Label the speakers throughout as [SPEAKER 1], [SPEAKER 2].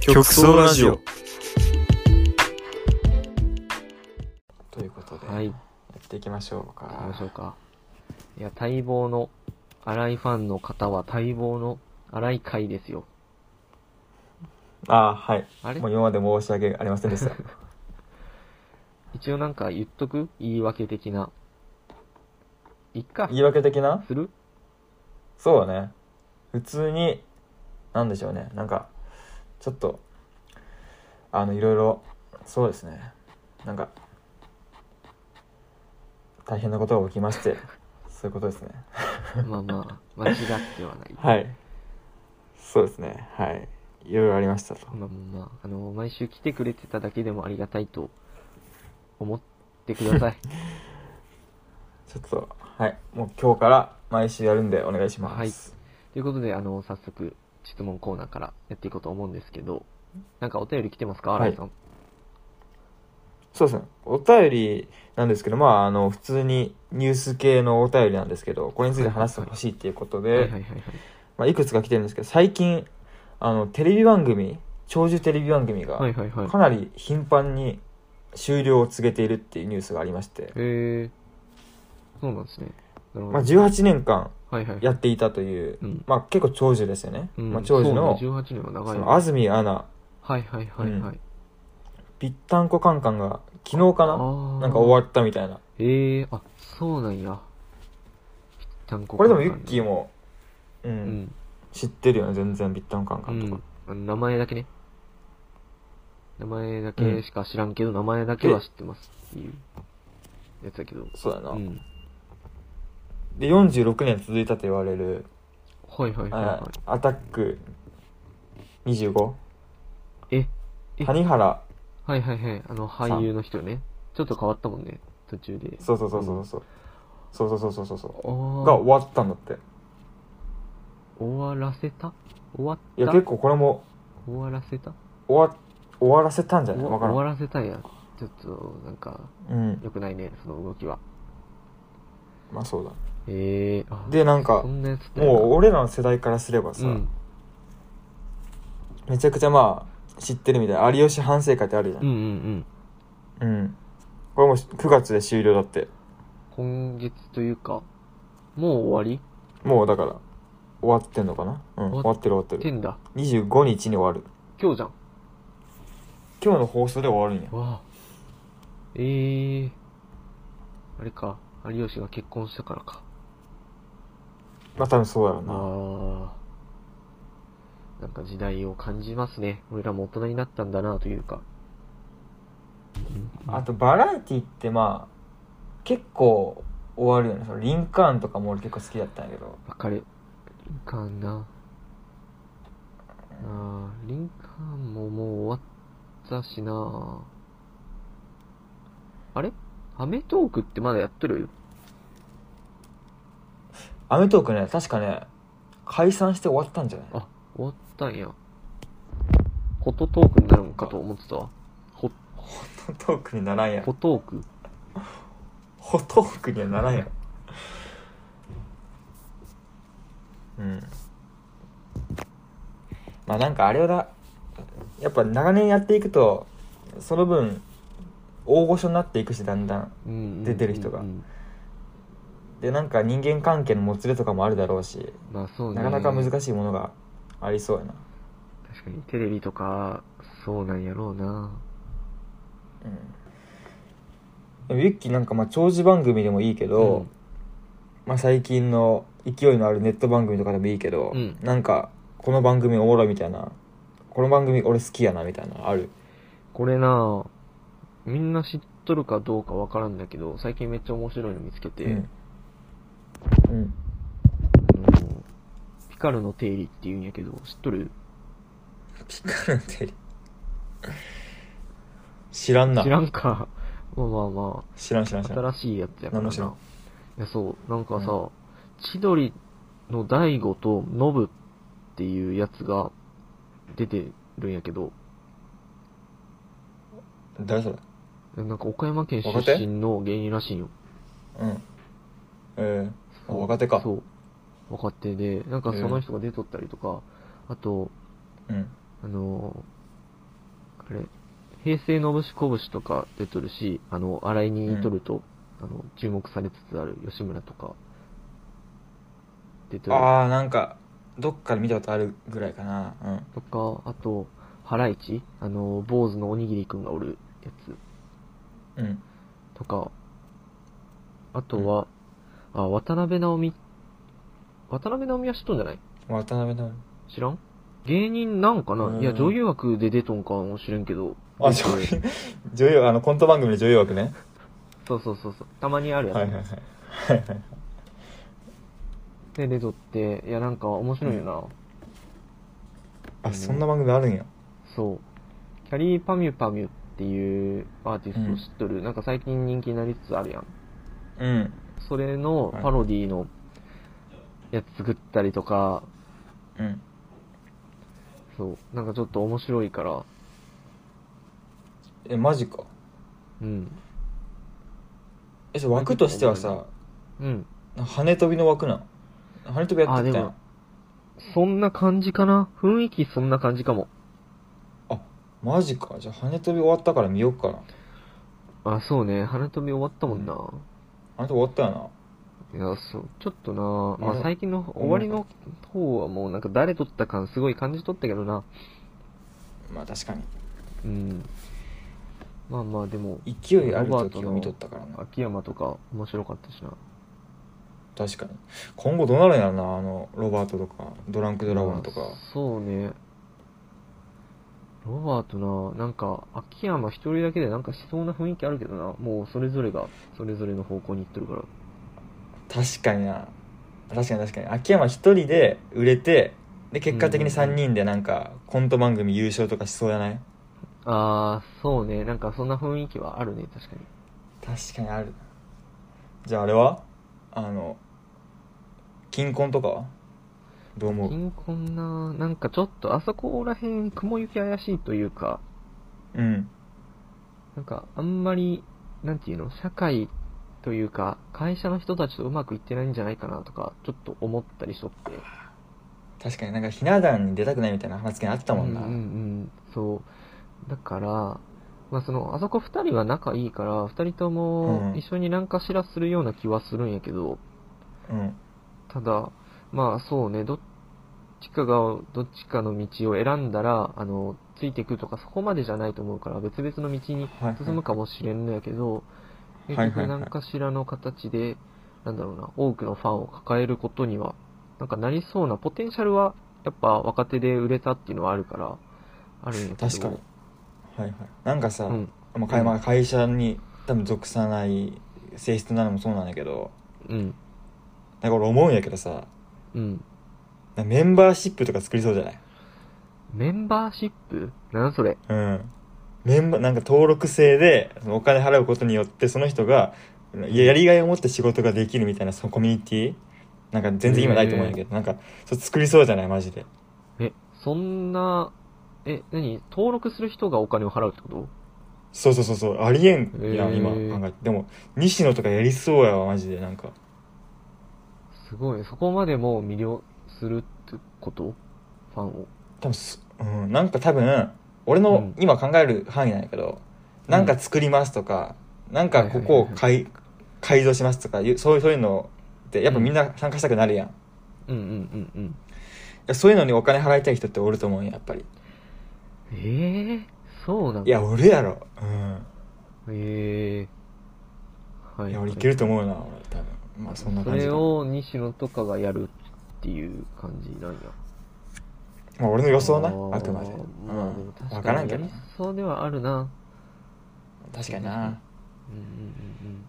[SPEAKER 1] 極総ラジオ
[SPEAKER 2] ということで、
[SPEAKER 1] はい
[SPEAKER 2] や
[SPEAKER 1] 行
[SPEAKER 2] っていきましょう
[SPEAKER 1] き
[SPEAKER 2] か
[SPEAKER 1] ましょうかいや待望の新井ファンの方は待望の新井会ですよ
[SPEAKER 2] ああはい
[SPEAKER 1] あれ
[SPEAKER 2] もう今まで申し訳ありませんでした
[SPEAKER 1] 一応なんか言っとく言い訳的ないっか
[SPEAKER 2] 言い訳的な
[SPEAKER 1] する
[SPEAKER 2] そうだね普通になんでしょうねなんかちょっとあのいろいろそうですねなんか大変なことが起きまして そういうことですね
[SPEAKER 1] まあまあ 間違ってはない
[SPEAKER 2] はいそうですねはいいろいろありましたと
[SPEAKER 1] まあまあまあ、あの、毎週来てくれてただけでもありがたいと思ってください。
[SPEAKER 2] ちょっとはいもう今日から毎週やるんでお願いします、
[SPEAKER 1] ということで、あの、早速、質問コーナーからやっていこうと思うんですけど、なんかお便り来てますか
[SPEAKER 2] は
[SPEAKER 1] 新
[SPEAKER 2] い
[SPEAKER 1] 井さん。
[SPEAKER 2] そうですね。お便りなんですけど、まあ、あの、普通にニュース系のお便りなんですけど、これについて話してほしいっていうこと
[SPEAKER 1] はい、はいは
[SPEAKER 2] で、
[SPEAKER 1] いはい。
[SPEAKER 2] まあ、いくつか来てるんですけど、最近、あの、テレビ番組、長寿テレビ番組
[SPEAKER 1] は
[SPEAKER 2] が
[SPEAKER 1] い、はいはい。
[SPEAKER 2] かなり頻繁に終了を告げているっていうニュースがありまして、
[SPEAKER 1] へえそうなんですね。なるほど
[SPEAKER 2] まあ、18年間
[SPEAKER 1] はいはい。
[SPEAKER 2] やっていたという
[SPEAKER 1] うん、
[SPEAKER 2] まあ、結構長寿ですよね。
[SPEAKER 1] うん
[SPEAKER 2] まあ、長寿の、
[SPEAKER 1] そうね18年は長
[SPEAKER 2] そ
[SPEAKER 1] いね。
[SPEAKER 2] の、安住アナ、
[SPEAKER 1] はいはいはいはい。
[SPEAKER 2] ぴったんこカンカンが、昨日かな
[SPEAKER 1] あ
[SPEAKER 2] なんか終
[SPEAKER 1] わ
[SPEAKER 2] わったみたいな。
[SPEAKER 1] ええあ、そうなんや。ぴったんこ
[SPEAKER 2] これでもユ
[SPEAKER 1] カンカ
[SPEAKER 2] ッ
[SPEAKER 1] ン
[SPEAKER 2] キーも、う、
[SPEAKER 1] うんん。
[SPEAKER 2] 知ってるよね、全然、ぴったんこカンカ
[SPEAKER 1] う
[SPEAKER 2] ンとか。
[SPEAKER 1] ん、あの名前だけね。名前だけしか知らんけど、名前だけは知ってますっていうやつだけど。
[SPEAKER 2] そうだな、
[SPEAKER 1] うん。
[SPEAKER 2] で46年続いたと言われる、
[SPEAKER 1] はいはいはい
[SPEAKER 2] あ
[SPEAKER 1] は
[SPEAKER 2] アタック25
[SPEAKER 1] い。え、え
[SPEAKER 2] 谷原
[SPEAKER 1] はいはいはい。あの、俳優の人よね。ちょっと変わったもんね、途中で。
[SPEAKER 2] そうそうそうそうそうそうそうそうそうそうそう
[SPEAKER 1] あー
[SPEAKER 2] が終わったんだって
[SPEAKER 1] 終わらせた終わった
[SPEAKER 2] いや結構これも
[SPEAKER 1] 終わらせた
[SPEAKER 2] 終わ終わらせたんじゃ
[SPEAKER 1] 終
[SPEAKER 2] ない
[SPEAKER 1] わ
[SPEAKER 2] わ
[SPEAKER 1] 終
[SPEAKER 2] から
[SPEAKER 1] わら
[SPEAKER 2] ん
[SPEAKER 1] せたんや。ちょっと、なんか、
[SPEAKER 2] うん
[SPEAKER 1] 良くないね、その動きは。
[SPEAKER 2] まあそうだ
[SPEAKER 1] えー、あ
[SPEAKER 2] でなんか
[SPEAKER 1] そんなやつだよ
[SPEAKER 2] もう俺らの世代からすればさ、
[SPEAKER 1] うん。
[SPEAKER 2] めちゃくちゃまあ知ってるみたいな有吉反省会ってあるじゃ
[SPEAKER 1] うんうんうんん。
[SPEAKER 2] うん、これも9月で終了だって
[SPEAKER 1] 今月というか、もう終わり
[SPEAKER 2] もうだから終わってんのかなうん終
[SPEAKER 1] 終
[SPEAKER 2] わ
[SPEAKER 1] わ
[SPEAKER 2] ってる終わって
[SPEAKER 1] て
[SPEAKER 2] る
[SPEAKER 1] んだ。
[SPEAKER 2] 25日に終わる
[SPEAKER 1] 今日じゃん。
[SPEAKER 2] 今日の放送で終わるんや
[SPEAKER 1] わあ。ええあれか。有吉が結婚したからか。
[SPEAKER 2] まあ多分そうやろうな
[SPEAKER 1] ああ。なんか時代を感じますね。俺らも大人になったんだなというか。
[SPEAKER 2] あとバラエティってまあ結構終わるよねそのリンカーンとかも俺結構好きだったんやけど
[SPEAKER 1] わかる。リンカーンな。ああ、リンカーンももう終わったしな。あれアメトーークってまだやってる
[SPEAKER 2] 『アメトーーク』ね確かね解散して終わったんじゃない
[SPEAKER 1] あ、終わったんや。ホトトークになるんかと思ってたわ。ホ、
[SPEAKER 2] ホトークにならんや
[SPEAKER 1] ホトーク
[SPEAKER 2] ホトークにはならんやうんまあなんかあれだやっぱ長年やっていくとその分大御所になっていくしだんだん
[SPEAKER 1] うんうんうんうん
[SPEAKER 2] 出てる人がでなんか人間関係のもつれとかもあるだろうし
[SPEAKER 1] まあそうね
[SPEAKER 2] なかなか
[SPEAKER 1] 確か
[SPEAKER 2] 難しいものがありそうやな、
[SPEAKER 1] にテレビとかそうなんやろうな
[SPEAKER 2] うん、でもユッキーなんかまあ長寿番組でもいいけど、
[SPEAKER 1] うん
[SPEAKER 2] まあ、最近の勢いのあるネット番組とかでもいいけど、
[SPEAKER 1] うん
[SPEAKER 2] なんかこの番組おもろいみたいなこの番組俺好きやなみたいなのある
[SPEAKER 1] これなみんな知っとるかどうかわからんだけど最近めっちゃ面白いの見つけて、
[SPEAKER 2] うんうん、
[SPEAKER 1] あのピカルの定理っていうんやけど知っとる
[SPEAKER 2] ピカルのテレビ知らんな
[SPEAKER 1] 知らんか まあまあま
[SPEAKER 2] 知らん知ら
[SPEAKER 1] あ
[SPEAKER 2] ん知らん
[SPEAKER 1] 新しいやつやから
[SPEAKER 2] 何も
[SPEAKER 1] な
[SPEAKER 2] 知らん
[SPEAKER 1] いやそうなんかさ、
[SPEAKER 2] う
[SPEAKER 1] 千鳥の大悟とノブっていうやつが出てるんやけど、
[SPEAKER 2] 誰それ
[SPEAKER 1] なんか岡山県
[SPEAKER 2] 若
[SPEAKER 1] 出
[SPEAKER 2] 手
[SPEAKER 1] 身の芸人らしいんよ。
[SPEAKER 2] うんえー、あ
[SPEAKER 1] そう
[SPEAKER 2] 若手か
[SPEAKER 1] そう。若手で、なんかその人が出とったりとか、あと、
[SPEAKER 2] うん
[SPEAKER 1] あのー、あれ、平成のぶしこぶしとか出とるし、あの、洗いにとると、あの、注目されつつある吉村とか、出とる
[SPEAKER 2] ああなんかどっかで見たことあるぐらいかなうん
[SPEAKER 1] とか、あと、ハライチあの、坊主のおにぎりくんがおるやつ
[SPEAKER 2] うん
[SPEAKER 1] とか、あとは、あ、渡辺直美、渡辺直美は知っとんじゃない
[SPEAKER 2] 渡辺直美
[SPEAKER 1] 知らん芸人なんか
[SPEAKER 2] う
[SPEAKER 1] なんいや、女優枠で出とんかもしれんけど。
[SPEAKER 2] あ女優女優あのコント番組の女優枠ね
[SPEAKER 1] そうそうそうそう。たまにあるやつ。
[SPEAKER 2] はいはいはいはいはい
[SPEAKER 1] で、出とって、いや、なんか面白いよな。
[SPEAKER 2] あそんな番組あるんや
[SPEAKER 1] そう。キャリーパミュパミュっていうアーティストを知っとる、なんか最近人気になりつつあるやん。
[SPEAKER 2] うん
[SPEAKER 1] それの
[SPEAKER 2] はい
[SPEAKER 1] パロディのやつ作ったりとか、
[SPEAKER 2] うん
[SPEAKER 1] そう。なんかちょっと面白いから、
[SPEAKER 2] えマジか
[SPEAKER 1] うん。
[SPEAKER 2] えそれ枠としてはさ
[SPEAKER 1] うん。
[SPEAKER 2] 羽飛びの枠なん羽飛びやってきたやん
[SPEAKER 1] あそんな感じかな雰囲気そんな感じかも。
[SPEAKER 2] マジかじゃあ羽飛び終わったから見よっかな
[SPEAKER 1] あ、そうね。花飛び終わったもんな。
[SPEAKER 2] 羽飛び終わったよ
[SPEAKER 1] いや、そう、ちょっとな、ま
[SPEAKER 2] あ
[SPEAKER 1] あ、
[SPEAKER 2] れ
[SPEAKER 1] 最近の終わりの方はもうなんか誰撮った感すごい感じ取ったけどな。
[SPEAKER 2] なまあ確かに
[SPEAKER 1] うん。まあまあでも、
[SPEAKER 2] 勢いある時を見とったからな
[SPEAKER 1] 秋山とか面白かったしな。
[SPEAKER 2] 確かに今後どうなるんやろなあのロバートとかドランクドラゴンとか
[SPEAKER 1] まあそうね。ロバートな、なんか、秋山一人だけでなんかしそうな雰囲気あるけどな。もうそれぞれが、それぞれの方向に行ってるから。
[SPEAKER 2] 確かにな確かに確かに秋山一人で売れてで結果的に3人でなんかコント番組優勝とかしそうやない
[SPEAKER 1] あー、そうね。なんかそんな雰囲気はあるね、確かに。
[SPEAKER 2] 確かにあるじゃああれはあの金婚とかはどう思う
[SPEAKER 1] 貧困な、なんかちょっとあそこら辺雲行き怪しいというか、
[SPEAKER 2] うん
[SPEAKER 1] なんか、あんまり、なんていうの、社会というか、会社の人たちとうまくいってないんじゃないかなとか、ちょっと思ったりしとって。
[SPEAKER 2] 確かになんかひな壇に出たくないみたいな話があったもんな、
[SPEAKER 1] うんうんうん、そう。だから、まあその、あそこ二人は仲いいから、二人とも
[SPEAKER 2] うん
[SPEAKER 1] 一緒に何かしらするような気はするんやけど、
[SPEAKER 2] うん
[SPEAKER 1] ただ、まあそうね、どっちかが、どっちかの道を選んだら、あの、ついていくとかそこまでじゃないと思うから、別々の道に
[SPEAKER 2] はい
[SPEAKER 1] 進むかもしれんのやけど、
[SPEAKER 2] はい
[SPEAKER 1] 結
[SPEAKER 2] はい
[SPEAKER 1] 局何かしらの形で、なんだろうな、多くのファンを抱えることには、なんかなりそうなポテンシャルは、やっぱ若手で売れたっていうのはあるから、あるんやけど。
[SPEAKER 2] 確かにはいはいなんかさ、
[SPEAKER 1] うん。
[SPEAKER 2] まあ会まあ会社に多分属さない性質なのもそうなんだけど
[SPEAKER 1] うん。
[SPEAKER 2] なんか俺思うんやけどさ
[SPEAKER 1] うん。
[SPEAKER 2] なんかメンバーシップとか作りそうじゃない
[SPEAKER 1] メンバーシップなんそれ。
[SPEAKER 2] うんメンバーなんか登録制でそのお金払うことによってその人がいややりがいを持って仕事ができるみたいなそのコミュニティなんか全然今ないと思うんやけど、なんかそれ作りそうじゃないマジで
[SPEAKER 1] え、そんな、え、何登録する人がお金を払うってこと
[SPEAKER 2] そうそうそうそうありえんや
[SPEAKER 1] へ
[SPEAKER 2] ん、
[SPEAKER 1] ー
[SPEAKER 2] 今考えてでも西野とかやりそうやわマジでなんか
[SPEAKER 1] すごいね。そこまでもう魅了するってことファンを。
[SPEAKER 2] 多分す、うん、なんか多分俺
[SPEAKER 1] う
[SPEAKER 2] の
[SPEAKER 1] ん
[SPEAKER 2] 今考える範囲なんやけど、なんか作りますとかなんかここを
[SPEAKER 1] はい
[SPEAKER 2] 改改造しますとかいうそういうそういうのってやっぱみんな参加したくなるやん、い
[SPEAKER 1] うんうんうんうん。
[SPEAKER 2] やそういうのにお金払いたい人っておると思うんややっぱり
[SPEAKER 1] ええー、そうなん
[SPEAKER 2] いや俺やろうん、、
[SPEAKER 1] ええー。はいい。
[SPEAKER 2] や俺いけると思うな俺多分まあそんな
[SPEAKER 1] そ
[SPEAKER 2] 感じ
[SPEAKER 1] れ
[SPEAKER 2] か
[SPEAKER 1] を西野とかがやるっていう感じなんや。
[SPEAKER 2] まあ、俺の予想な
[SPEAKER 1] ー
[SPEAKER 2] あくまで、
[SPEAKER 1] まあでも
[SPEAKER 2] うん、分
[SPEAKER 1] 確
[SPEAKER 2] か
[SPEAKER 1] から
[SPEAKER 2] ん
[SPEAKER 1] に
[SPEAKER 2] け
[SPEAKER 1] や
[SPEAKER 2] ど
[SPEAKER 1] り
[SPEAKER 2] な
[SPEAKER 1] そうではあるな。
[SPEAKER 2] 確かにな
[SPEAKER 1] うんうんうん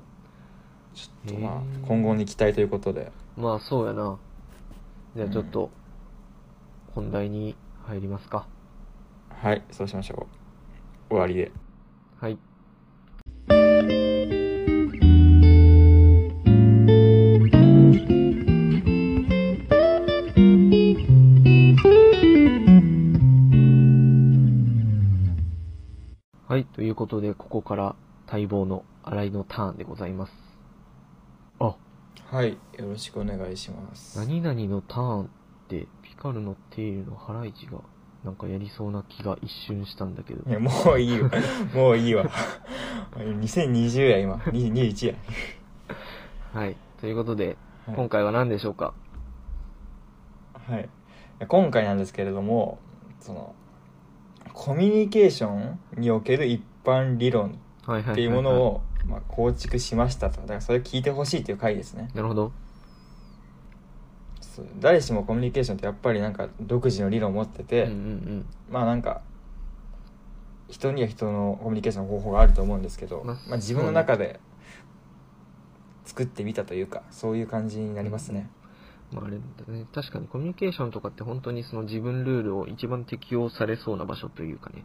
[SPEAKER 2] ちょっとま
[SPEAKER 1] へー
[SPEAKER 2] あ今後に期待ということで
[SPEAKER 1] うん。まあそうやな。じゃあちょっと、本題に入りますか。
[SPEAKER 2] はいそうしましょう終わりで
[SPEAKER 1] はい。はい、ということで、ここから待望の新井のターンでございます。あ、
[SPEAKER 2] はいよろしくお願いします
[SPEAKER 1] 何々のターンって、ピカルのテールのハライチがなんかやりそうな気が一瞬したんだけど
[SPEAKER 2] い。やもういい よもういいわ2020や今21や
[SPEAKER 1] はい。ということで、
[SPEAKER 2] はい
[SPEAKER 1] 今回は何でしょうか
[SPEAKER 2] はい、今回なんですけれどもそのコミュニケーションにおける一般理論
[SPEAKER 1] はいはい。
[SPEAKER 2] っていうもの。を、まあ、構築しましたとだからそれを聞いてほしいっていう回ですね
[SPEAKER 1] なるほど。
[SPEAKER 2] そう誰しもコミュニケーションってやっぱりなんか独自の理論を持ってて、
[SPEAKER 1] うんうんうん。
[SPEAKER 2] まあなんか人には人のコミュニケーションの方法があると思うんですけど、
[SPEAKER 1] まあ
[SPEAKER 2] まあ、自分の中で作ってみたというかそういう感じになりますね、
[SPEAKER 1] まあ、あれだね、確かにコミュニケーションとかって本当にその自分ルールを一番適用されそうな場所というかね、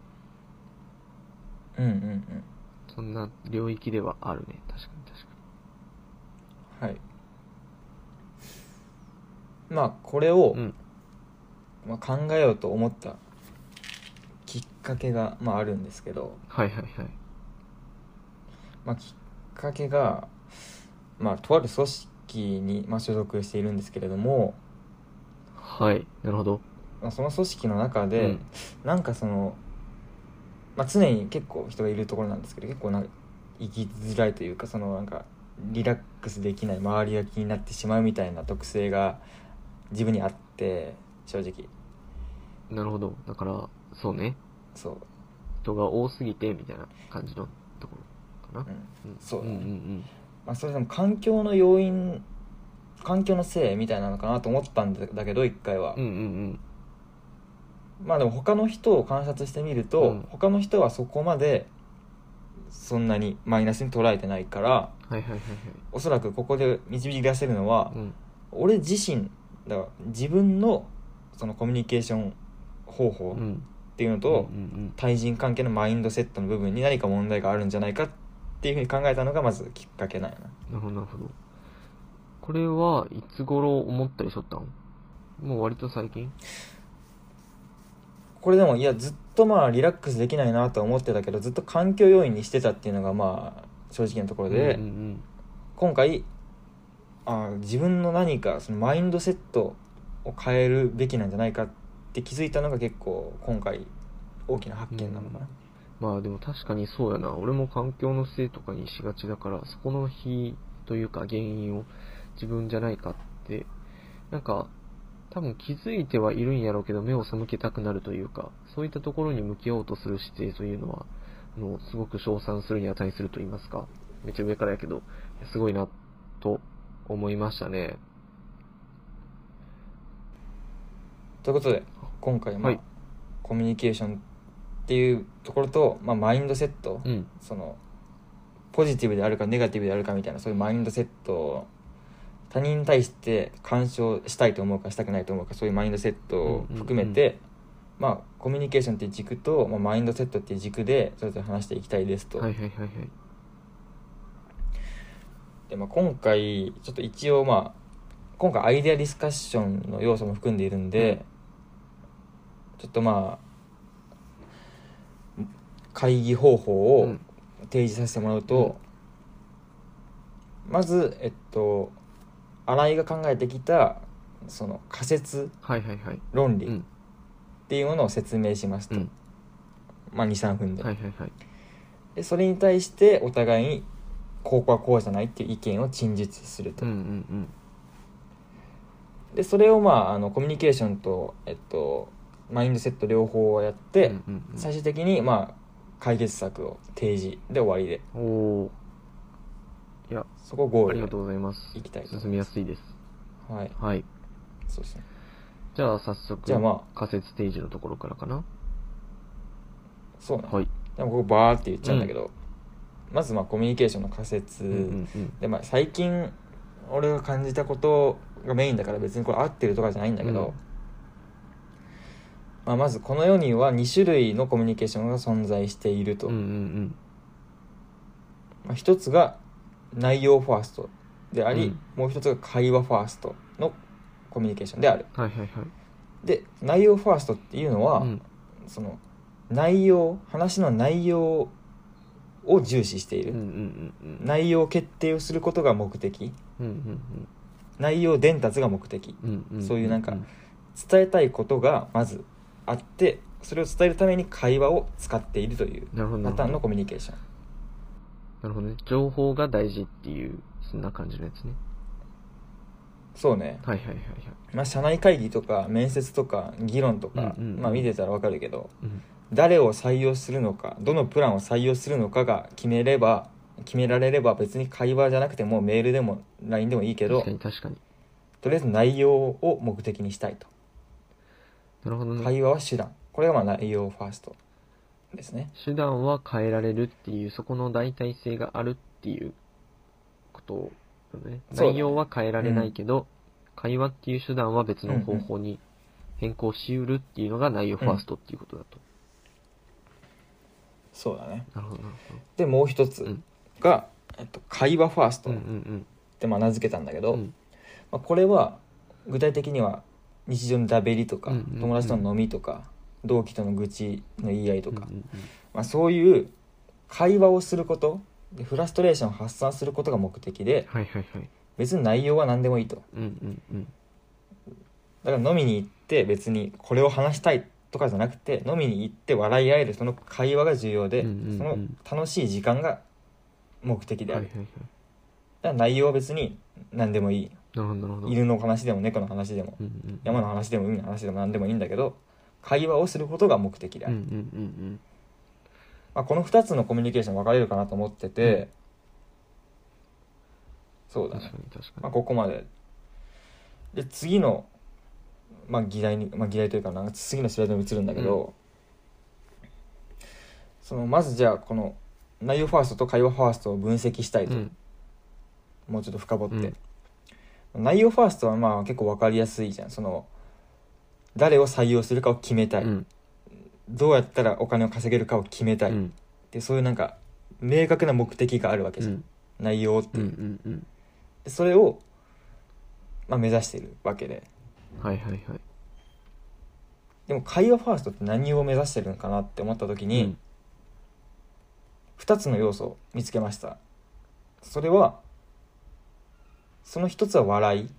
[SPEAKER 2] うん、うんうん
[SPEAKER 1] そんな領域ではあるね、確かに確か
[SPEAKER 2] はいまあこれを、
[SPEAKER 1] に。うん。
[SPEAKER 2] まあ、考えようと思ったきっかけが、まあ、あるんですけど、
[SPEAKER 1] はいはいはい。
[SPEAKER 2] まあ、きっかけが、まあ、とある組織に、まあ、所属しているんですけれども、
[SPEAKER 1] はい、なるほど。
[SPEAKER 2] まあ、その組織の中
[SPEAKER 1] う
[SPEAKER 2] で、
[SPEAKER 1] ん
[SPEAKER 2] なんかその、まあ、常に結構人がいるところなんですけど結構なんか生きづらいというかそのなんかリラックスできない周りが気になってしまうみたいな特性が自分にあって正直
[SPEAKER 1] なるほど。だから、そうね、
[SPEAKER 2] そう
[SPEAKER 1] 人が多すぎてみたいな感じのところかな。
[SPEAKER 2] うん
[SPEAKER 1] ん
[SPEAKER 2] そうだ
[SPEAKER 1] うん
[SPEAKER 2] ね
[SPEAKER 1] うんうん。
[SPEAKER 2] まあ、それでも環境の要因環境のせいみたいなのかなと思ったんだけど一回は、
[SPEAKER 1] うんうん
[SPEAKER 2] まあでも他の人を観察してみると、
[SPEAKER 1] うん
[SPEAKER 2] 他の人はそこまでそんなにマイナスに捉えてないから
[SPEAKER 1] うん。はいはいはい
[SPEAKER 2] おそらくここで導き出せるのは
[SPEAKER 1] はい。、うん。
[SPEAKER 2] 俺自身だから自分のそのコミュニケーション方
[SPEAKER 1] う
[SPEAKER 2] 法
[SPEAKER 1] ん。
[SPEAKER 2] っていうのと、
[SPEAKER 1] うんうん
[SPEAKER 2] 対人関係のマインドセットの部分に何か問題があるんじゃないかっていうふうに考えたのがまずきっかけなんやな
[SPEAKER 1] うん。なるほどなるほど。これはいつ頃思ったりしょったんもう割と最近
[SPEAKER 2] これでもいやずっとまあリラックスできないなとは思ってたけどずっと環境要因にしてたっていうのがまあ正直なところで、
[SPEAKER 1] うんうん
[SPEAKER 2] 今回あ自分の何かそのマインドセットを変えるべきなんじゃないかって気づいたのが結構今回大きな発見なのかな、
[SPEAKER 1] まあでも確かにそうやな。俺も環境のせいとかにしがちだから、そこの日というか原因を自分じゃないかって、なんか、多分気づいてはいるんやろうけど、目を背けたくなるというか、そういったところに向き合おうとする姿勢というのは、あの、すごく称賛するに値すると言いますか。めっちゃ上からやけど、すごいな、と思いましたね。
[SPEAKER 2] ということで今回まあ、
[SPEAKER 1] はい
[SPEAKER 2] コミュニケーションっていうところと、まあ、マインドセット、
[SPEAKER 1] うん。
[SPEAKER 2] そのポジティブであるかネガティブであるかみたいなそういうマインドセットを他人に対して干渉したいと思うかしたくないと思うかそういうマインドセットを含めて、
[SPEAKER 1] うん
[SPEAKER 2] まあ、コミュニケーションっていう軸と、まあ、マインドセットっていう軸でそれぞれ話していきたいですと、
[SPEAKER 1] はいはいはいはい。
[SPEAKER 2] でまあ、今回ちょっと一応まあ今回アイデアディスカッションの要素も含んでいるんで、ちょっとまあ会議方法を、
[SPEAKER 1] うん
[SPEAKER 2] 提示させてもらうと、まずえっと新井が考えてきたその仮説
[SPEAKER 1] はいはいはい。
[SPEAKER 2] 論
[SPEAKER 1] う
[SPEAKER 2] 理っ
[SPEAKER 1] ん。
[SPEAKER 2] ていうものを説明します
[SPEAKER 1] う
[SPEAKER 2] と、
[SPEAKER 1] ん。
[SPEAKER 2] まあ23分で,、
[SPEAKER 1] はいはいはい。
[SPEAKER 2] でそれに対してお互いにここはこうじゃないっていう意見を陳述する
[SPEAKER 1] う
[SPEAKER 2] と、
[SPEAKER 1] んうん
[SPEAKER 2] でそれをまああのコミュニケーションと、えっと、マインドセット両方をやっ
[SPEAKER 1] うん。
[SPEAKER 2] て、
[SPEAKER 1] うんうんうん
[SPEAKER 2] 最終的にまあ解決策を提示で終わりで
[SPEAKER 1] おー。いや、
[SPEAKER 2] そこをゴ
[SPEAKER 1] あ
[SPEAKER 2] ール
[SPEAKER 1] り
[SPEAKER 2] で
[SPEAKER 1] がとうございます。
[SPEAKER 2] 行きたいと思います
[SPEAKER 1] 進みやすいです。
[SPEAKER 2] はい
[SPEAKER 1] はい。
[SPEAKER 2] そうですね
[SPEAKER 1] じゃあ、早速、
[SPEAKER 2] じゃあま
[SPEAKER 1] 仮説定示のところからかな。
[SPEAKER 2] そうね
[SPEAKER 1] はい。
[SPEAKER 2] でもここバーって言っちゃうんだけど、まずまあコミュニケーションの仮説、
[SPEAKER 1] うんうんうん。
[SPEAKER 2] でまあ最近俺が感じたことがメインだから別にこれ合ってるとかじゃないんだけど、
[SPEAKER 1] うん
[SPEAKER 2] まあ、まずこの世には2種類のコミュニケーションが存在していると、
[SPEAKER 1] うんうん
[SPEAKER 2] まあ、一つが内容ファーストであり、
[SPEAKER 1] うん
[SPEAKER 2] もう一つが会話ファーストのコミュニケーションである
[SPEAKER 1] うん。はいはいはい。
[SPEAKER 2] で内容ファーストっていうのは、
[SPEAKER 1] うん。
[SPEAKER 2] その内容話の内容を重視してい
[SPEAKER 1] うん
[SPEAKER 2] る、
[SPEAKER 1] うんうん
[SPEAKER 2] 内容決定をすることが目的
[SPEAKER 1] うん。うんうん
[SPEAKER 2] 内容伝達が目的
[SPEAKER 1] うん。うんうん。
[SPEAKER 2] そういうなんか
[SPEAKER 1] ん
[SPEAKER 2] 伝えたいことがまずあってそれを伝えるために会話を使っているという
[SPEAKER 1] なるほどな
[SPEAKER 2] パ
[SPEAKER 1] る
[SPEAKER 2] タ
[SPEAKER 1] ほ
[SPEAKER 2] ーンの
[SPEAKER 1] ど。
[SPEAKER 2] コミュニケーション
[SPEAKER 1] なるほどね。情報が大事っていう、そんな感じのやつね。
[SPEAKER 2] そうね、
[SPEAKER 1] はいはいはいはい。
[SPEAKER 2] まあ、社内会議とか面接とか議論とか、
[SPEAKER 1] うんうんうん
[SPEAKER 2] まあ、見てたらわかるけど
[SPEAKER 1] うん。
[SPEAKER 2] 誰を採用するのかどのプランを採用するのかが決めれば決められれば別に会話じゃなくてもメールでも LINE でもいいけど
[SPEAKER 1] 確かに確かに。
[SPEAKER 2] とりあえず内容を目的にしたいと
[SPEAKER 1] なるほどね。
[SPEAKER 2] 会話は手段これがまあ内容ファーストですね
[SPEAKER 1] 手段は変えられるっていう、そこの代替性があるっていうことだね。
[SPEAKER 2] そうだね
[SPEAKER 1] 内容は変えられないけど、会話っていう手段は別の方法に変更しうるっていうのが内容ファーストっていうことだと。
[SPEAKER 2] そうだね
[SPEAKER 1] なるほど、なる
[SPEAKER 2] でもう一
[SPEAKER 1] う
[SPEAKER 2] つ
[SPEAKER 1] ん
[SPEAKER 2] が、えっと、会話ファース
[SPEAKER 1] ほ
[SPEAKER 2] ト
[SPEAKER 1] ど。う
[SPEAKER 2] っ
[SPEAKER 1] んうん
[SPEAKER 2] てまあ名付けたんだけ
[SPEAKER 1] うん。
[SPEAKER 2] ど、
[SPEAKER 1] うん
[SPEAKER 2] まあ、これは具体的には日常のダベりとか、
[SPEAKER 1] うんうんうん
[SPEAKER 2] 友達との飲みとか同期との愚痴の言い合いと
[SPEAKER 1] うんう
[SPEAKER 2] か、
[SPEAKER 1] んうん
[SPEAKER 2] まあ、そういう会話をすることでフラストレーションを発散することが目的で
[SPEAKER 1] はいはいはい。
[SPEAKER 2] 別に内容は何でもいいと
[SPEAKER 1] うんうんうん。
[SPEAKER 2] だから飲みに行って別にこれを話したいとかじゃなくて飲みに行って笑い合えるその会話が重要で、
[SPEAKER 1] うんうんうん
[SPEAKER 2] その楽しい時間が目的であ
[SPEAKER 1] はいはい
[SPEAKER 2] る、
[SPEAKER 1] はい。
[SPEAKER 2] だから内容は別に何でもいい
[SPEAKER 1] なるほどなるほど。
[SPEAKER 2] 犬の話でも猫の話でも
[SPEAKER 1] うんうん。
[SPEAKER 2] 山の話でも海の話でも何でもいいんだけど会話をすることが目的であ
[SPEAKER 1] うんう
[SPEAKER 2] る、
[SPEAKER 1] んうん
[SPEAKER 2] まあ、この2つのコミュニケーション分かれるかなと思ってて、
[SPEAKER 1] うん
[SPEAKER 2] そう
[SPEAKER 1] うん。
[SPEAKER 2] だ
[SPEAKER 1] 確
[SPEAKER 2] ね
[SPEAKER 1] か、に確
[SPEAKER 2] ま
[SPEAKER 1] か
[SPEAKER 2] あ、
[SPEAKER 1] に。
[SPEAKER 2] ここまでで次の、まあ、議題に、まあ、議題というかなんか次のスライドに移るんだけど、そのまずじゃあこの内容ファーストと会話ファーストを分析したいと、
[SPEAKER 1] うん
[SPEAKER 2] もうちょっと深掘って、内容ファーストはまあ結構分かりやすいじゃんその誰を採用するかを決めたい、
[SPEAKER 1] うん
[SPEAKER 2] どうやったらお金を稼げるかを決めたい、
[SPEAKER 1] うん
[SPEAKER 2] でそういうなんか明確な目的があるわけ
[SPEAKER 1] う
[SPEAKER 2] じゃん、
[SPEAKER 1] ん
[SPEAKER 2] 内容って
[SPEAKER 1] う
[SPEAKER 2] い
[SPEAKER 1] ん
[SPEAKER 2] う、
[SPEAKER 1] うんうん。
[SPEAKER 2] でそれを、まあ、目指してるわけで
[SPEAKER 1] はいはいはい。
[SPEAKER 2] でも会話ファーストって何を目指してるのかなって思った時
[SPEAKER 1] う
[SPEAKER 2] に、
[SPEAKER 1] ん
[SPEAKER 2] 二2つの要素を見つけましたそれはその一つは笑い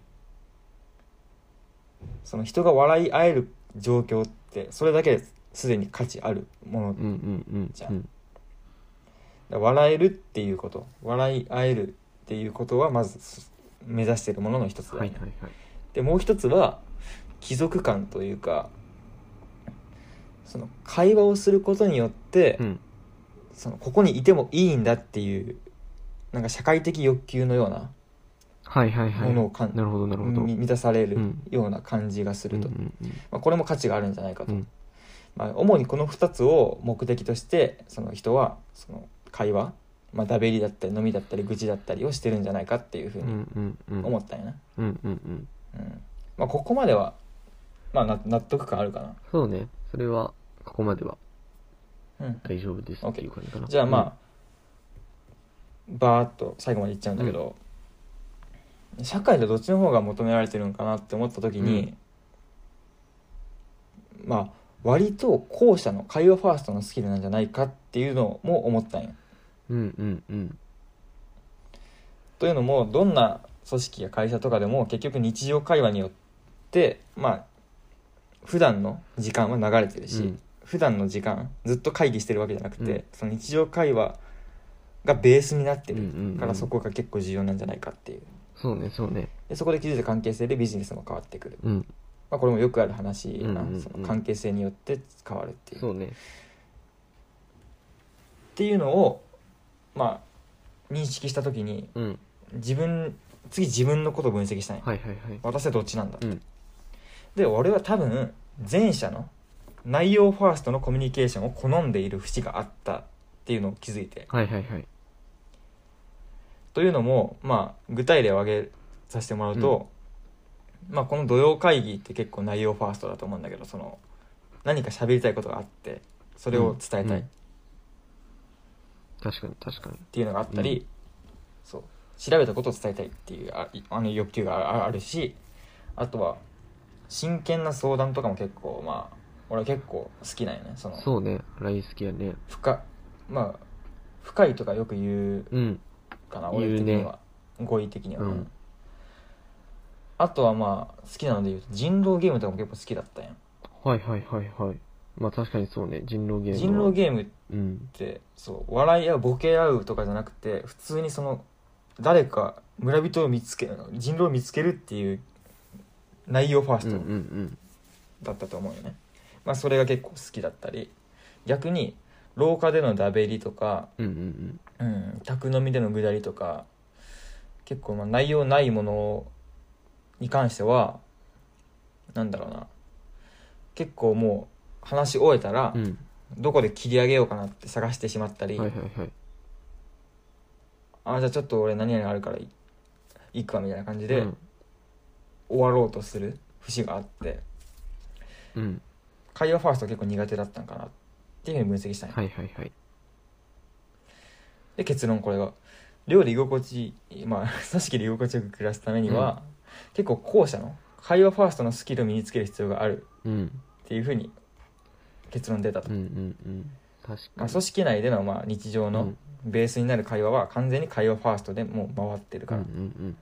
[SPEAKER 2] その人が笑い合える状況ってそれだけですでに価値あるもの
[SPEAKER 1] うんうんうん
[SPEAKER 2] じゃ
[SPEAKER 1] う
[SPEAKER 2] あ
[SPEAKER 1] ん。
[SPEAKER 2] だ笑えるっていうこと笑い合えるっていうことはまずす目指しているものの一つだよ
[SPEAKER 1] は
[SPEAKER 2] ね
[SPEAKER 1] いはいはい。
[SPEAKER 2] でもう一つは貴族感というかその会話をすることによって、
[SPEAKER 1] うん。
[SPEAKER 2] そのここにいてもいいんだっていうなんか社会的欲求のような
[SPEAKER 1] はいはいはい。
[SPEAKER 2] ものをかん
[SPEAKER 1] なるほどなるほど。
[SPEAKER 2] み満たされる
[SPEAKER 1] うん
[SPEAKER 2] ような感じがすると、
[SPEAKER 1] うんうん
[SPEAKER 2] まあ、これも価値があるんじゃないか
[SPEAKER 1] う
[SPEAKER 2] と、
[SPEAKER 1] んうん
[SPEAKER 2] まあ、主にこの2つを目的としてその人はその会話、まあ、だべりだったり飲みだったり愚痴だったりをしてるんじゃないかっていうふう
[SPEAKER 1] う
[SPEAKER 2] に
[SPEAKER 1] んうんうん
[SPEAKER 2] 思ったんやな、
[SPEAKER 1] うんうんうん
[SPEAKER 2] うんまあ、ここまでは、まあ、な納得感あるかな
[SPEAKER 1] そうねそれはここまでは
[SPEAKER 2] うん、
[SPEAKER 1] 大丈夫ですっていう感じかな
[SPEAKER 2] じゃあまあ、バーッと最後までいっちゃうんだけど、社会でどっちの方が求められてるのかなって思った時に、まあ割と後者の会話ファーストのスキルなんじゃないかっていうのも思ったんよ。
[SPEAKER 1] うんうんうん
[SPEAKER 2] というのもどんな組織や会社とかでも結局日常会話によってまあ普段の時間は流れてるし、
[SPEAKER 1] うん
[SPEAKER 2] 普段の時間ずっと会議してるわけじゃなくて、
[SPEAKER 1] うん
[SPEAKER 2] その日常会話がベースになって
[SPEAKER 1] うん
[SPEAKER 2] る
[SPEAKER 1] うんうん
[SPEAKER 2] からそこが結構重要なんじゃないかっていう
[SPEAKER 1] そうねそうね
[SPEAKER 2] でそこで気づいた関係性でビジネスも変わってくる、
[SPEAKER 1] うん
[SPEAKER 2] まあ、これもよくある話やな、
[SPEAKER 1] うんうんうん
[SPEAKER 2] その関係性によって変わるっていう
[SPEAKER 1] そうね
[SPEAKER 2] っていうのをまあ認識した時に
[SPEAKER 1] うん
[SPEAKER 2] 自分次自分のことを分析したい、
[SPEAKER 1] はいはいはい
[SPEAKER 2] 私はどっちなんだ
[SPEAKER 1] うん
[SPEAKER 2] で俺は多分前者の内容ファーストのコミュニケーションを好んでいる節があったっていうのを気づいて
[SPEAKER 1] はいはいはい
[SPEAKER 2] というのもまあ具体例を挙げさせてもらうと、まあこの土曜会議って結構内容ファーストだと思うんだけどその何か喋りたいことがあってそれを伝えたいっ
[SPEAKER 1] 確かに確かに
[SPEAKER 2] ていうのがあったり、
[SPEAKER 1] う
[SPEAKER 2] そう調べたことを伝えたいっていうあいあの欲求がああるしあとは真剣な相談とかも結構まあ俺は結構好きなんよねその
[SPEAKER 1] そうねライスきやね
[SPEAKER 2] 深まあ深いとかよく言う
[SPEAKER 1] うん
[SPEAKER 2] かな、
[SPEAKER 1] 言う
[SPEAKER 2] 俺
[SPEAKER 1] ね
[SPEAKER 2] 的には語彙的には、
[SPEAKER 1] うん
[SPEAKER 2] あとはまあ好きなので言うと人狼ゲームとかも結構好きだったやん
[SPEAKER 1] はいはいはいはいまあ確かにそうね、人狼ゲームは。
[SPEAKER 2] 人狼ゲームっ
[SPEAKER 1] うん。
[SPEAKER 2] てそう笑い合うボケ合うとかじゃなくて普通にその誰か村人を見つけ人狼を見つけるっていう内容ファー
[SPEAKER 1] うんう
[SPEAKER 2] ス
[SPEAKER 1] んう
[SPEAKER 2] ト
[SPEAKER 1] ん。
[SPEAKER 2] だったと思うよね、まあそれが結構好きだったり逆に廊下でのダベリとか、
[SPEAKER 1] うんうんうん。
[SPEAKER 2] うん、宅飲みでのぐだりとか結構まあ内容ないものに関してはなんだろうな結構もう話し終えたら、
[SPEAKER 1] うん。
[SPEAKER 2] どこで切り上げようかなって探してしまったり、
[SPEAKER 1] はいはいはい。
[SPEAKER 2] あじゃあちょっと俺何々あるからい行くわみたいな感じで、
[SPEAKER 1] うん
[SPEAKER 2] 終わろうとする節があって
[SPEAKER 1] うん。
[SPEAKER 2] 会話ファースト結構苦手だったんかなっていうふうに分析したんよ
[SPEAKER 1] はいはいはい。
[SPEAKER 2] で結論これが寮で居心地いいまあ 組織で居心地よく暮らすためには、結構後者の会話ファーストのスキルを身につける必要がある
[SPEAKER 1] うん。
[SPEAKER 2] っていうふうに結論出たと、
[SPEAKER 1] うんうんうん。確か
[SPEAKER 2] まあ、
[SPEAKER 1] に。
[SPEAKER 2] 組織内でのまあ日常
[SPEAKER 1] う
[SPEAKER 2] の
[SPEAKER 1] ん
[SPEAKER 2] ベースになる会話は完全に会話ファーストでもう回ってる
[SPEAKER 1] う
[SPEAKER 2] か
[SPEAKER 1] んう
[SPEAKER 2] ら、
[SPEAKER 1] ん
[SPEAKER 2] っ
[SPEAKER 1] うん。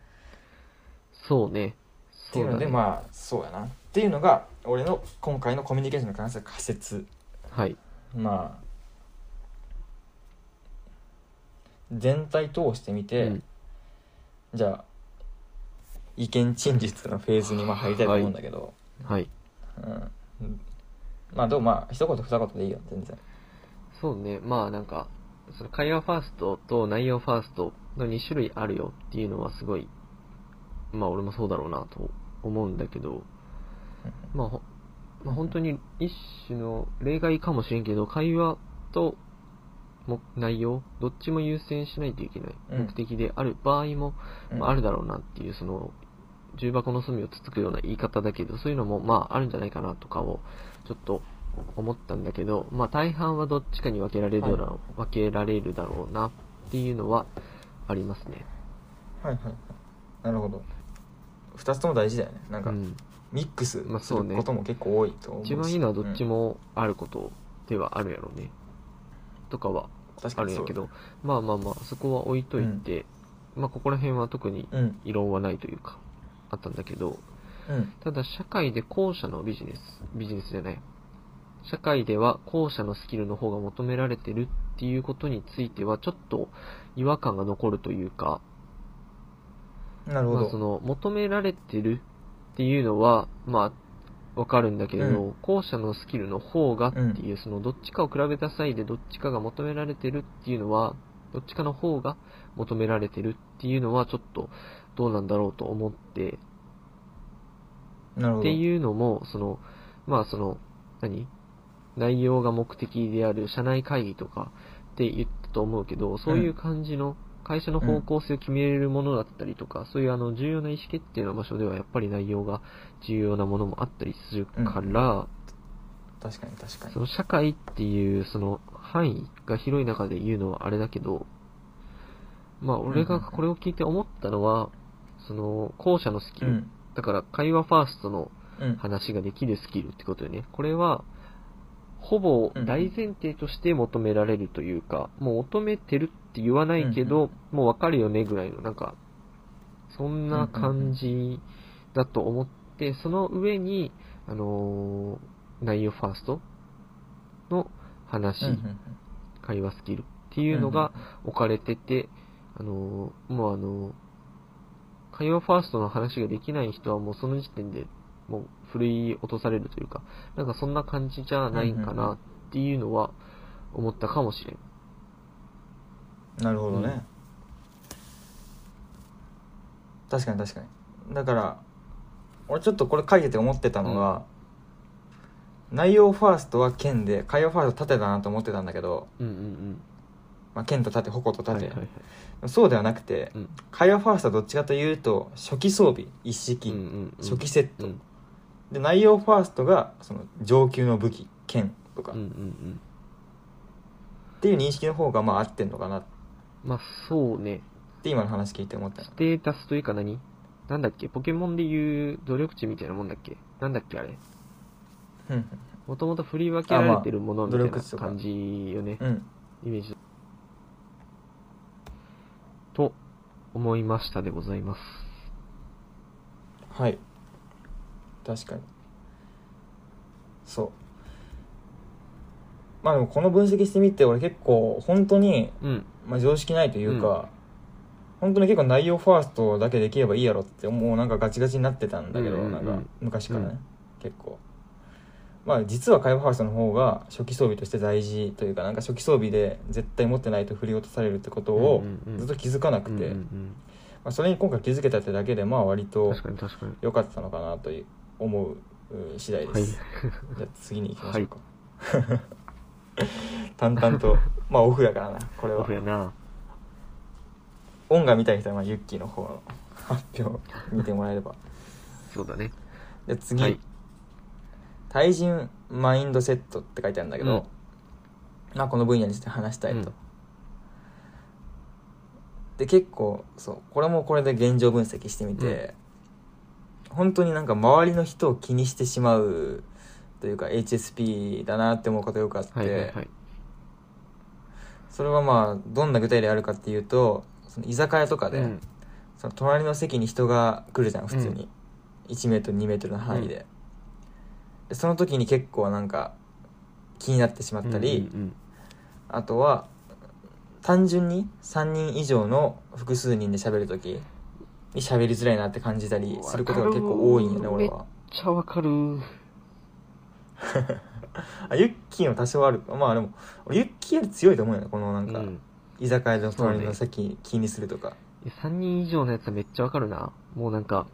[SPEAKER 1] そうね。そ
[SPEAKER 2] ていうう
[SPEAKER 1] だ
[SPEAKER 2] ので
[SPEAKER 1] ね。
[SPEAKER 2] まあそうやなっていうのが俺の今回のコミュニケーションに関する仮説
[SPEAKER 1] はい。
[SPEAKER 2] まあ全体通してみて、
[SPEAKER 1] うん
[SPEAKER 2] じゃあ意見陳述のフェーズにまあ入りたいと思うんだけど、
[SPEAKER 1] はい。
[SPEAKER 2] うん、まあどうまあ一言二言でいいよ全然
[SPEAKER 1] そうね。まあなんか、その会話ファーストと内容ファーストの2種類あるよっていうのはすごい、まあ俺もそうだろうなと思うんだけど、まあ、ほまあ、本当に一種の例外かもしれんけど、会話とも内容、どっちも優先しないといけない
[SPEAKER 2] うん
[SPEAKER 1] 目的である場合も、
[SPEAKER 2] うん
[SPEAKER 1] まあ、あるだろうなっていう、その、重箱の隅をつつくような言い方だけど、そういうのも、まあ、あるんじゃないかなとかを、ちょっと思ったんだけど、まあ、大半はどっちかに分けられるだろう、分けられるだろうなっていうのはありますね。
[SPEAKER 2] はいはいはいなるほど二つとも大事だよねなん
[SPEAKER 1] う
[SPEAKER 2] か
[SPEAKER 1] ん。
[SPEAKER 2] ミックス
[SPEAKER 1] まあ
[SPEAKER 2] す
[SPEAKER 1] そう
[SPEAKER 2] る
[SPEAKER 1] ね
[SPEAKER 2] ことも結構多いと思うし、
[SPEAKER 1] 一番いいのはどっち
[SPEAKER 2] も、
[SPEAKER 1] もあることではあるやろうね。とかは
[SPEAKER 2] 確
[SPEAKER 1] あ
[SPEAKER 2] か
[SPEAKER 1] る
[SPEAKER 2] に
[SPEAKER 1] ん
[SPEAKER 2] そ
[SPEAKER 1] や
[SPEAKER 2] う
[SPEAKER 1] けど、まあまあまあ、そこは置いといて、まあ、ここら辺は特に
[SPEAKER 2] うん
[SPEAKER 1] 異論はないというか、あったんだけど、
[SPEAKER 2] うん
[SPEAKER 1] ただ社会で後者のビジネス、ビジネスじゃない。社会では後者のスキルの方が求められてるっていうことについてはちょっと違和感が残るというか、
[SPEAKER 2] なるほど、
[SPEAKER 1] まあその求められてるっていうのは、まあわかるんだけれど、
[SPEAKER 2] う
[SPEAKER 1] 後者のスキルの方がっていう、そのどっちかを比べた際でどっちかが求められてるっていうのは、どっちかの方が求められてるっていうのはちょっとどうなんだろうと思って、
[SPEAKER 2] なるほど
[SPEAKER 1] っていうのも、その、まあその、何内容が目的である社内会議とかって言ったと思うけど、そういう感じの会社の方向性を決めれるものだったりとか、そういうあの重要な意思決定の場所ではやっぱり内容が重要なものもあったりするから、
[SPEAKER 2] 確かに確かに
[SPEAKER 1] その社会っていうその範囲が広い中で言うのはあれだけど、まあ俺がこれを聞いて思ったのは、その後者のスキ
[SPEAKER 2] う
[SPEAKER 1] ル、
[SPEAKER 2] ん
[SPEAKER 1] だから会話ファーストの
[SPEAKER 2] うん
[SPEAKER 1] 話ができるスキルってことよね。これは、ほぼ大前提として求められるというか、もう求めてるって言わないけど、もうわかるよねぐらいの、なんか、そんな感じだと思って、その上に、あのー内容ファーストの話、
[SPEAKER 2] うんうんうん
[SPEAKER 1] 会話スキルっていうのが置かれてて、あのーもうあのー会話ファーストの話ができない人はもうその時点でもう振り落とされるというか、なんかそんな感じじゃないんか
[SPEAKER 2] うんうんうん
[SPEAKER 1] なっていうのは思ったかもしれん。
[SPEAKER 2] なるほどね、
[SPEAKER 1] うん
[SPEAKER 2] 確かに確かにだから俺ちょっとこれ書いてて思ってたのが、内容ファーストは剣で会話ファースト盾だなと思ってたんだけど、
[SPEAKER 1] うんうん
[SPEAKER 2] まあ、剣と盾矛と
[SPEAKER 1] うん。はい
[SPEAKER 2] 盾、
[SPEAKER 1] はいはい。
[SPEAKER 2] そうではなくて、
[SPEAKER 1] うん
[SPEAKER 2] 会話ファーストはどっちかというと初期装備一式、
[SPEAKER 1] うんうんうん
[SPEAKER 2] 初期セット、
[SPEAKER 1] うん
[SPEAKER 2] で内容ファーストがその上級の武器剣とか、
[SPEAKER 1] うんうんう
[SPEAKER 2] っ
[SPEAKER 1] ん。
[SPEAKER 2] ていう認識の方がまあ合ってんのかなっ
[SPEAKER 1] まあそうね、
[SPEAKER 2] て今の話聞いて思った
[SPEAKER 1] ステータスというか何なんだっけポケモンでいう努力値みたいなもんだっけなんだっけあれ
[SPEAKER 2] うん
[SPEAKER 1] もともと振り分けられてるものみたい
[SPEAKER 2] あまあ努
[SPEAKER 1] な
[SPEAKER 2] 力値とか
[SPEAKER 1] 感じよね。
[SPEAKER 2] うんうん
[SPEAKER 1] イメージと思いましたでございます。
[SPEAKER 2] はい確かにそうまあでもこの分析してみて俺結構本当に、
[SPEAKER 1] うん。
[SPEAKER 2] まあ、常識ないというか、本当に結構内容ファーストだけできればいいやろってもうなんかガチガチになってたんだけど、
[SPEAKER 1] うんうんうん
[SPEAKER 2] なんか昔からね、
[SPEAKER 1] うん
[SPEAKER 2] 結構まあ実は会話ファーストの方が初期装備として大事というかなんか初期装備で絶対持ってないと振り落とされるってことを
[SPEAKER 1] うんうんうん
[SPEAKER 2] ずっと気づかなくて、
[SPEAKER 1] うん
[SPEAKER 2] まあ、それに今回気づけたってだけでまあ割
[SPEAKER 1] うんうん、
[SPEAKER 2] と
[SPEAKER 1] 確かに確かに。
[SPEAKER 2] 良かったのかなという思ううん次第です、
[SPEAKER 1] はい。
[SPEAKER 2] じゃあ次に行きましょうか、 淡々とまあオフやからなこれ
[SPEAKER 1] オ
[SPEAKER 2] は
[SPEAKER 1] フやな。
[SPEAKER 2] 音楽見たい人はまあユッキーの方の発表見てもらえれば
[SPEAKER 1] そうだね。
[SPEAKER 2] で次、
[SPEAKER 1] はい
[SPEAKER 2] 対人マインドセットって書いてあるんだけど、まあこの分野について話したいと、
[SPEAKER 1] うん
[SPEAKER 2] で結構そうこれもこれで現状分析してみて、本当になんか周りの人を気にしてしまうというか HSP だなって思うことよくあって、
[SPEAKER 1] はいはいはい。
[SPEAKER 2] それはまあどんな具体例あるかっていうとその居酒屋とかで、
[SPEAKER 1] うん
[SPEAKER 2] その隣の席に人が来るじゃん普通に、1メートル2メートルの範囲で,、でその時に結構なんか気になってしまったり、
[SPEAKER 1] うんうん
[SPEAKER 2] あとは単純に3人以上の複数人で喋る時に喋りづらいなって感じたりすることが結構多いんよね
[SPEAKER 1] わかる
[SPEAKER 2] 俺は
[SPEAKER 1] めっちゃわかる。うん
[SPEAKER 2] あユッキーも多少あるまあでも俺ユッキーより強いと思うよねこのなんか、。居酒屋での隣の席気にするとか、
[SPEAKER 1] いや3人以上のやつはめっちゃわかるな。もうなんか、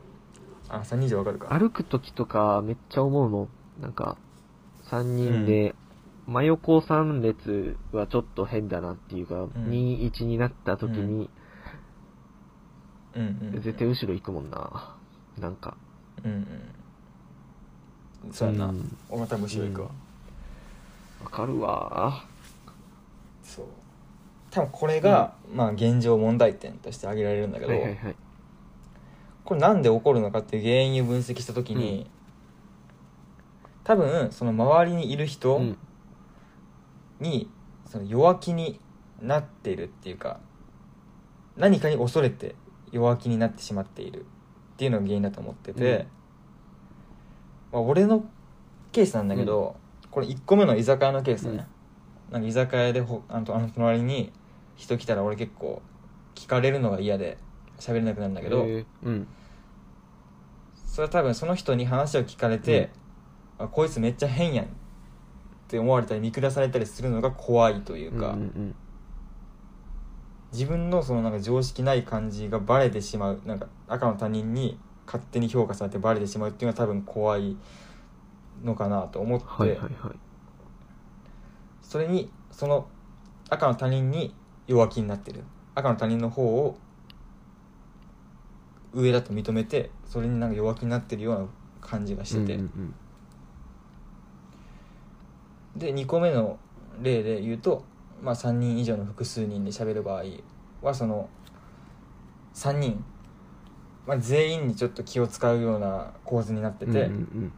[SPEAKER 2] あ3人以上わかるか
[SPEAKER 1] 歩くときとかめっちゃ思うもん。なんか、3人で、真横3列はちょっと変だなっていうか、21になったときに、
[SPEAKER 2] うんうん
[SPEAKER 1] 絶対後ろ行くもんな。なんか。
[SPEAKER 2] うんうんそうやな、
[SPEAKER 1] うん
[SPEAKER 2] 俺も多分後ろ行くわ、
[SPEAKER 1] うわかるわ
[SPEAKER 2] そう多分これが、まあ現状問題点として挙げられるんだけ
[SPEAKER 1] ー。
[SPEAKER 2] ど、
[SPEAKER 1] はいはいはい。
[SPEAKER 2] これなんで起こるのかっていう原因を分析した時に、多分その周りにいる人
[SPEAKER 1] うん
[SPEAKER 2] に、その弱気になっているっていうか何かに恐れて弱気になってしまっているっていうのが原因だと思ってて、まあ、俺のケースなんだけど、これ1個目の居酒屋のケースね、なんか居酒屋でほあのあの隣に人来たら俺結構聞かれるのが嫌で喋れなくなるんだけ
[SPEAKER 1] え
[SPEAKER 2] ど、
[SPEAKER 1] ーうん。
[SPEAKER 2] それは多分その人に話を聞かれて、あこいつめっちゃ変やんって思われたり見下されたりするのが怖いという
[SPEAKER 1] う
[SPEAKER 2] か、
[SPEAKER 1] んうん
[SPEAKER 2] 自分のそのなんか常識ない感じがバレてしまうなんか赤の他人に勝手に評価されてバレてしまうっていうのは多分怖いのかなと思って、
[SPEAKER 1] はいはいはい。
[SPEAKER 2] それにその赤の他人に弱気になってる赤の他人の方を上だと認めてそれになんか弱気になってるような感じがしてて。
[SPEAKER 1] うんうん
[SPEAKER 2] で2個目の例で言うと、まあ、3人以上の複数人で喋る場合はその3人、まあ、全員にちょっと気を使うような構図になって
[SPEAKER 1] うん
[SPEAKER 2] て、
[SPEAKER 1] うんうん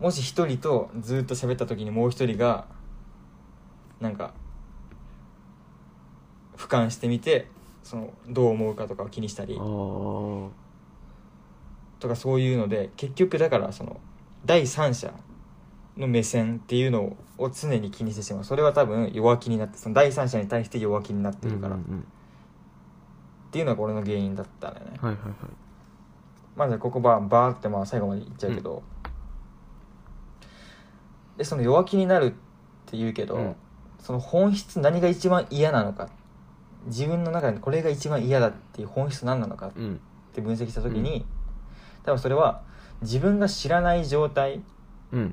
[SPEAKER 2] もし1人とずっと喋った時にもう1人がなんか俯瞰してみてそのどう思うかとかを気にしたり
[SPEAKER 1] うん、あ
[SPEAKER 2] とかそういうので結局だからその第三者の目線っていうのを常に気にしてしまうそれは多分弱気になってその第三者に対して弱気になっ
[SPEAKER 1] あ。
[SPEAKER 2] てるから、
[SPEAKER 1] うんうんうん
[SPEAKER 2] っていうのが俺の原因だったね、
[SPEAKER 1] はいはいはい。
[SPEAKER 2] まずここばバーってまあ最後までいっちゃうけど、でその弱気になるって言うけど、
[SPEAKER 1] うん
[SPEAKER 2] その本質何が一番嫌なのか自分の中でこれが一番嫌だっていう本質何なのか
[SPEAKER 1] うん。
[SPEAKER 2] って分析した時に、多分それは自分が知らない状態
[SPEAKER 1] うん。
[SPEAKER 2] っ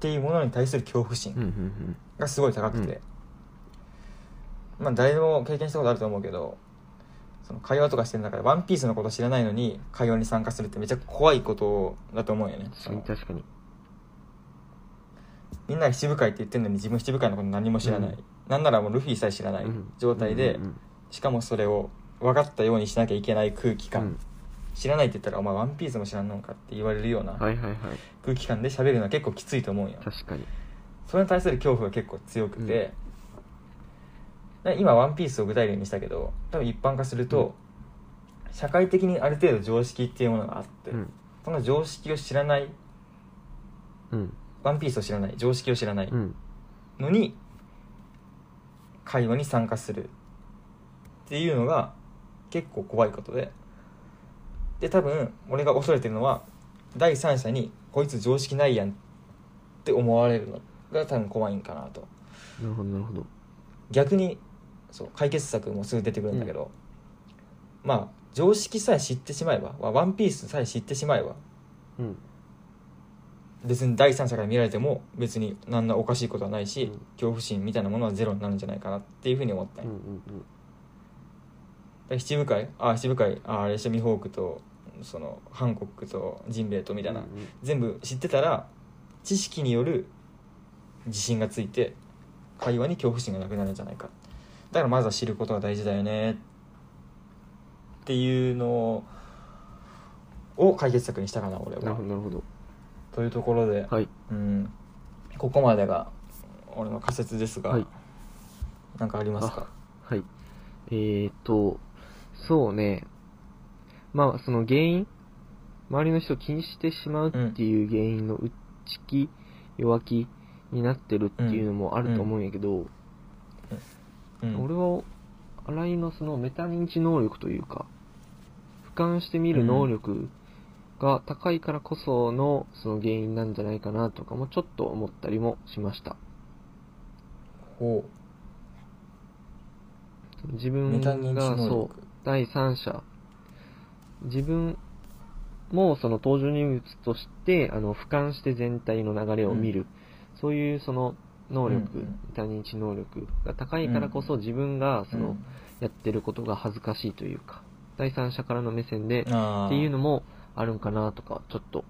[SPEAKER 2] ていうものに対する恐怖
[SPEAKER 1] うんうん
[SPEAKER 2] 心
[SPEAKER 1] うん。
[SPEAKER 2] がすごい高くて、まあ誰でも経験したことあると思うけどその会話とかしてる中で「ワンピースのこと知らないのに会話に参加するってめっちゃ怖いことだと思うよね
[SPEAKER 1] 確かに確かに。
[SPEAKER 2] みんな七部会って言ってるのに自分七部会のこと何も知らない、
[SPEAKER 1] うん
[SPEAKER 2] なんならもうルフィさえ知らない
[SPEAKER 1] うん
[SPEAKER 2] 状態で、
[SPEAKER 1] うんうん
[SPEAKER 2] しかもそれを分かったようにしなきゃいけない空気
[SPEAKER 1] う
[SPEAKER 2] 感、
[SPEAKER 1] ん
[SPEAKER 2] 知らないって言ったら「お前ワンピースも知らんのか」って言われるような
[SPEAKER 1] はいはいはい。
[SPEAKER 2] 空気感で喋るのは結構きついと思うんよ、
[SPEAKER 1] 確かに。
[SPEAKER 2] それに対する恐怖が結構強くて、で今「ワンピースを具体例にしたけど多分一般化すると、社会的にある程度常識っていうものがあって、
[SPEAKER 1] うん。
[SPEAKER 2] その常識を知らない
[SPEAKER 1] うん。
[SPEAKER 2] 「ワンピースを知らない常識を知らない、
[SPEAKER 1] うん。
[SPEAKER 2] のに会話に参加するっていうのが結構怖いことでで多分俺が恐れてるのは第三者に「こいつ常識ないやん」って思われるのが多分怖いんかなと
[SPEAKER 1] なるほど、なるほど。
[SPEAKER 2] 逆にそう解決策もすぐ出てくるんだけど、まあ常識さえ知ってしまえばわワンピースさえ知ってしまえば
[SPEAKER 1] うん。
[SPEAKER 2] 別に第三者から見られても別に何らおかしいことはないし、
[SPEAKER 1] うん
[SPEAKER 2] 恐怖心みたいなものはゼロになるんじゃないかなっていうふうに思った、
[SPEAKER 1] うんうん
[SPEAKER 2] で七部会あ七部会ああれシャミホークとそのハンコックとジンベエとみたいな、
[SPEAKER 1] うんうん
[SPEAKER 2] 全部知ってたら知識による自信がついて会話に恐怖心がなくなるんじゃないかだからまずは知ることが大事だよねっていうのを解決策にしたかな俺
[SPEAKER 1] うん。なる
[SPEAKER 2] は
[SPEAKER 1] ほど、なるほど。
[SPEAKER 2] というところで、
[SPEAKER 1] はい。
[SPEAKER 2] うんここまでが俺の仮説ですが、
[SPEAKER 1] はい。
[SPEAKER 2] なんかありますか
[SPEAKER 1] はい。えーっと、そうね。まあ、その原因、周りの人を気にしてしまうっていう原因の内気、弱気になってるっていうのもあると思うんやけど、
[SPEAKER 2] うん
[SPEAKER 1] 俺は、新井のそのメタ認知能力というか、俯瞰してみる能力が高いからこそのその原因なんじゃないかなとかもちょっと思ったりもしました。
[SPEAKER 2] ほ
[SPEAKER 1] 自
[SPEAKER 2] う
[SPEAKER 1] 分
[SPEAKER 2] メタ認知
[SPEAKER 1] が
[SPEAKER 2] 能
[SPEAKER 1] そう
[SPEAKER 2] 力、
[SPEAKER 1] 第三者、自分もその登場人物として、あの、俯瞰して全体の流れを見る。そういうその能力、
[SPEAKER 2] うんうん
[SPEAKER 1] 他人知能力が高いからこそ自分がその、やってることが恥ずかしいというか、第三者からの目線で
[SPEAKER 2] うん、あー
[SPEAKER 1] っていうのもあるんかなとか、ちょっと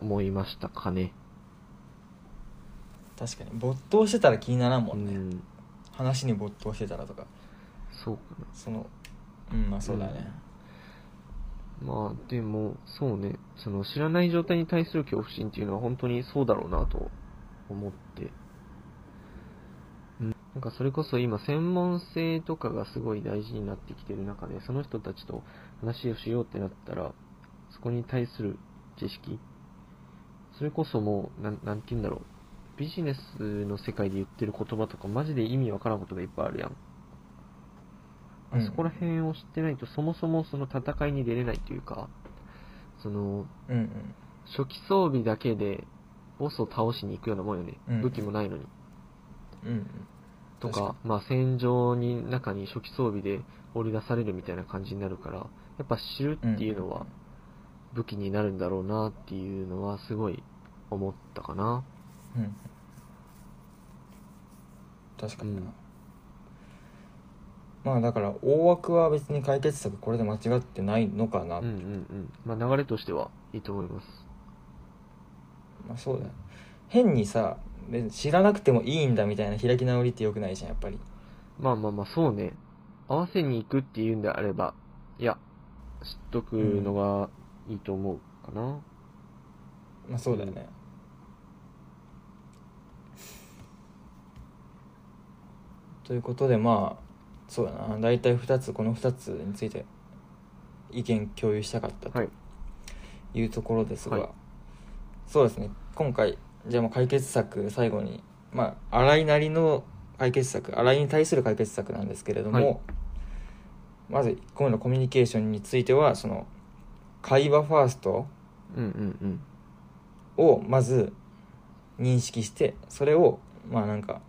[SPEAKER 1] 思いましたかね。
[SPEAKER 2] 確かに没頭してたら気にならんも
[SPEAKER 1] うん
[SPEAKER 2] ね、
[SPEAKER 1] ん、
[SPEAKER 2] 話に没頭してたらとか
[SPEAKER 1] そうかな。
[SPEAKER 2] そのうんまあそうだね、
[SPEAKER 1] まあでも、そうね、その知らない状態に対する恐怖心っていうのは本当にそうだろうなと思って。うん、なんかそれこそ今専門性とかがすごい大事になってきてる中で、その人たちと話をしようってなったら、そこに対する知識、それこそもう、なん、なんて言うんだろう。ビジネスの世界で言ってる言葉とかマジで意味わからんことがいっぱいあるやん。
[SPEAKER 2] うん
[SPEAKER 1] そこら辺を知ってないと、そもそもその戦いに出れないというか、その、
[SPEAKER 2] うん
[SPEAKER 1] 初期装備だけで、ボスを倒しに行くようなもんよね。
[SPEAKER 2] うん
[SPEAKER 1] 武器もないのに。
[SPEAKER 2] うんうん
[SPEAKER 1] と
[SPEAKER 2] 確
[SPEAKER 1] か
[SPEAKER 2] か、
[SPEAKER 1] まあ戦場に、中に初期装備で織り出されるみたいな感じになるから、やっぱ知るっていうのは武器になるんだろうなっていうのはすごい思ったかな。
[SPEAKER 2] うんうん確かにな、
[SPEAKER 1] うん
[SPEAKER 2] まあだから大枠は別に解決策これで間違ってないのかな、
[SPEAKER 1] うんうんうん。まあ流れとしてはいいと思います。
[SPEAKER 2] まあそうだよ変にさ別に知らなくてもいいんだみたいな開き直りってよくないじゃんやっぱり
[SPEAKER 1] まあまあまあ、そうね。合わせに行くっていうんであれば、いや、知っとくのがいいと思うかな。
[SPEAKER 2] まあそうだよね、ということでまあそうだな大体2つこの2つについて意見共有したかった
[SPEAKER 1] はい。
[SPEAKER 2] というところですが、
[SPEAKER 1] はい
[SPEAKER 2] そうですね今回じゃあもう解決策最後にまあ新井なりの解決策新井に対する解決策なんですけれども、
[SPEAKER 1] はい
[SPEAKER 2] まず1個目のコミュニケーションについてはその会話ファースト
[SPEAKER 1] うんうんうん。
[SPEAKER 2] をまず認識してそれをまあなんか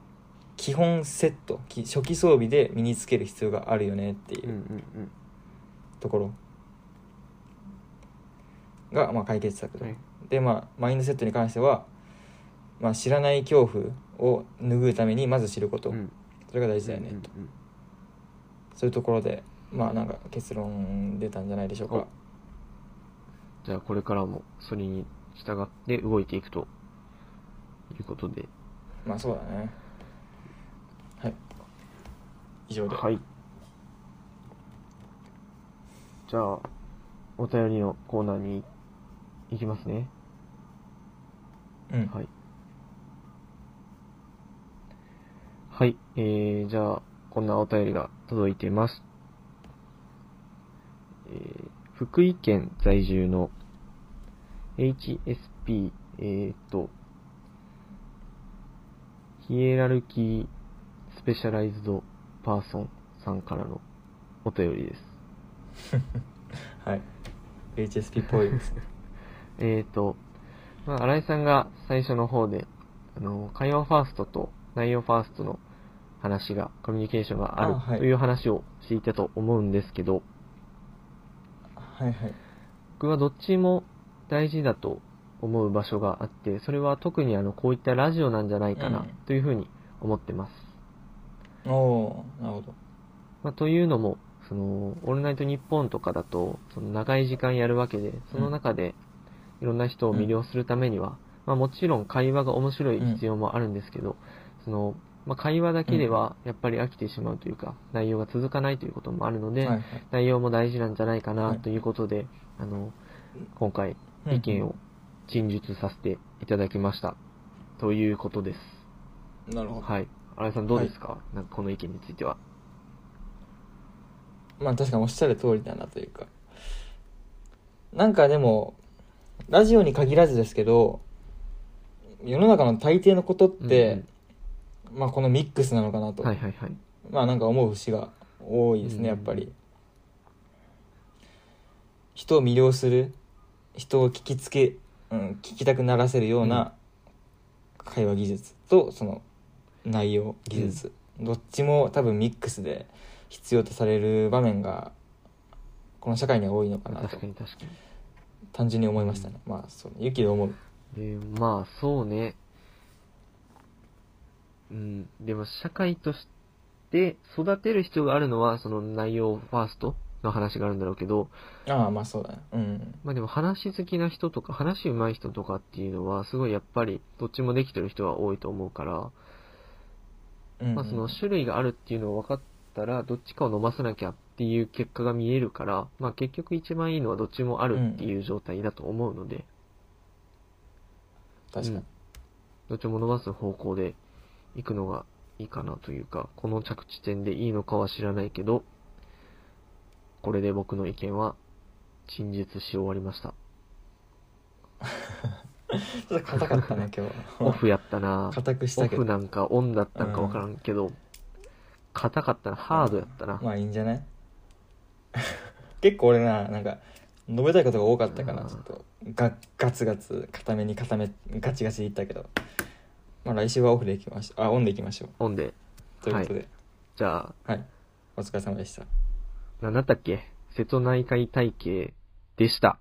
[SPEAKER 2] 基本セットき初期装備で身につける必要があるよねって
[SPEAKER 1] うんう
[SPEAKER 2] いうん
[SPEAKER 1] うん。
[SPEAKER 2] ところが、まあ、解決策と、
[SPEAKER 1] はい
[SPEAKER 2] でまあマインドセットに関しては、まあ、知らない恐怖を拭うためにまず知ること、
[SPEAKER 1] うん
[SPEAKER 2] それが大事だよね、と
[SPEAKER 1] うんうん
[SPEAKER 2] そういうところでまあなんか結論出たんじゃないでしょうか
[SPEAKER 1] おじゃあこれからもそれに従って動いていくということで。
[SPEAKER 2] まあそうだねはい以上で
[SPEAKER 1] はい。じゃあ、お便りのコーナーに行きますね。
[SPEAKER 2] うん
[SPEAKER 1] はい。はい。えー、じゃあ、こんなお便りが届いてます。えー、福井県在住の HSP、えーっと、ヒエラルキースペシャライズドパーソンさんからのお便りです。
[SPEAKER 2] はい HSP っぽいですね
[SPEAKER 1] えーと、まあ、新井さんが最初の方で、あの、会話ファーストと内容ファーストの話が、コミュニケーションがある
[SPEAKER 2] あはい
[SPEAKER 1] という話をしていたと思うんですけど、
[SPEAKER 2] はいはい
[SPEAKER 1] 僕はどっちも大事だと思う場所があって、それは特にあの、こういったラジオなんじゃないか
[SPEAKER 2] う
[SPEAKER 1] なんというふうに思ってます。
[SPEAKER 2] お おーなるほど
[SPEAKER 1] まあ、というのも、その、オールナイトニッポンとかだと、その長い時間やるわけで、その中で、いろんな人を魅了するためには、まあ、もちろん会話が面白い必要もあるんですけど、その、まあ、会話だけでは、やっぱり飽きてしまうというか、内容が続かないということもあるので、
[SPEAKER 2] はいはい
[SPEAKER 1] 内容も大事なんじゃないか
[SPEAKER 2] は
[SPEAKER 1] ないということで、あの、今回、意見を陳述させていただきました。ということです。
[SPEAKER 2] なるほど、
[SPEAKER 1] はい。新井さんどうですか、なんかこの意見については。
[SPEAKER 2] まあ確かにおっしゃる通りだなというかなんかでもラジオに限らずですけど世の中の大抵のことって、まあこのミックスなのかな
[SPEAKER 1] う
[SPEAKER 2] と、
[SPEAKER 1] んうん、はいはいはい。
[SPEAKER 2] まあなんか思う節が多いですね、
[SPEAKER 1] う
[SPEAKER 2] や
[SPEAKER 1] ん
[SPEAKER 2] っぱり人を魅了する人を聞きつけ、うん、聞きたくならせるような会話技術とその内容技術、どっちも多分ミックスで必要とされる場面がこの社会には多いのかなと
[SPEAKER 1] 確かに確かに。
[SPEAKER 2] 単純に思いましたね、まあそのユキで思う
[SPEAKER 1] えーまあそうね。うん、でも社会として育てる必要があるのは、その内容ファーストの話があるんだろうけど、
[SPEAKER 2] ああまあそうだねうん
[SPEAKER 1] まあでも話好きな人とか、話上手い人とかっていうのは、すごいやっぱりどっちもできてる人は多いと思うから、
[SPEAKER 2] うん
[SPEAKER 1] まあその種類があるっていうのを分かったら、どっちかを飲ませなきゃっていう結果が見えるから、まあ結局一番いいのはどっちもあるっていう状態だと思うので、
[SPEAKER 2] 確かに、
[SPEAKER 1] うんどっちも伸ばす方向で行くのがいいかなというか、この着地点でいいのかは知らないけど、これで僕の意見は陳述し終わりました。
[SPEAKER 2] ちょっと硬かったね今日
[SPEAKER 1] オ
[SPEAKER 2] は
[SPEAKER 1] フやったなぁ
[SPEAKER 2] 硬くし
[SPEAKER 1] オ
[SPEAKER 2] たけど
[SPEAKER 1] フなんかオンだったんかわからんけど、硬かったな、ハードやったな。
[SPEAKER 2] まあいいんじゃない 結構俺ななんか述べたいことが多かったから
[SPEAKER 1] うん
[SPEAKER 2] ちょっとガガツガツ固めに固めガチガチでいったけどまあ来週はオフでいきましょうあオンでいきましょう
[SPEAKER 1] オンで、
[SPEAKER 2] ということで
[SPEAKER 1] じゃあ、
[SPEAKER 2] はい、お疲れ様でした
[SPEAKER 1] なんだったっけ瀬戸内海体系でした。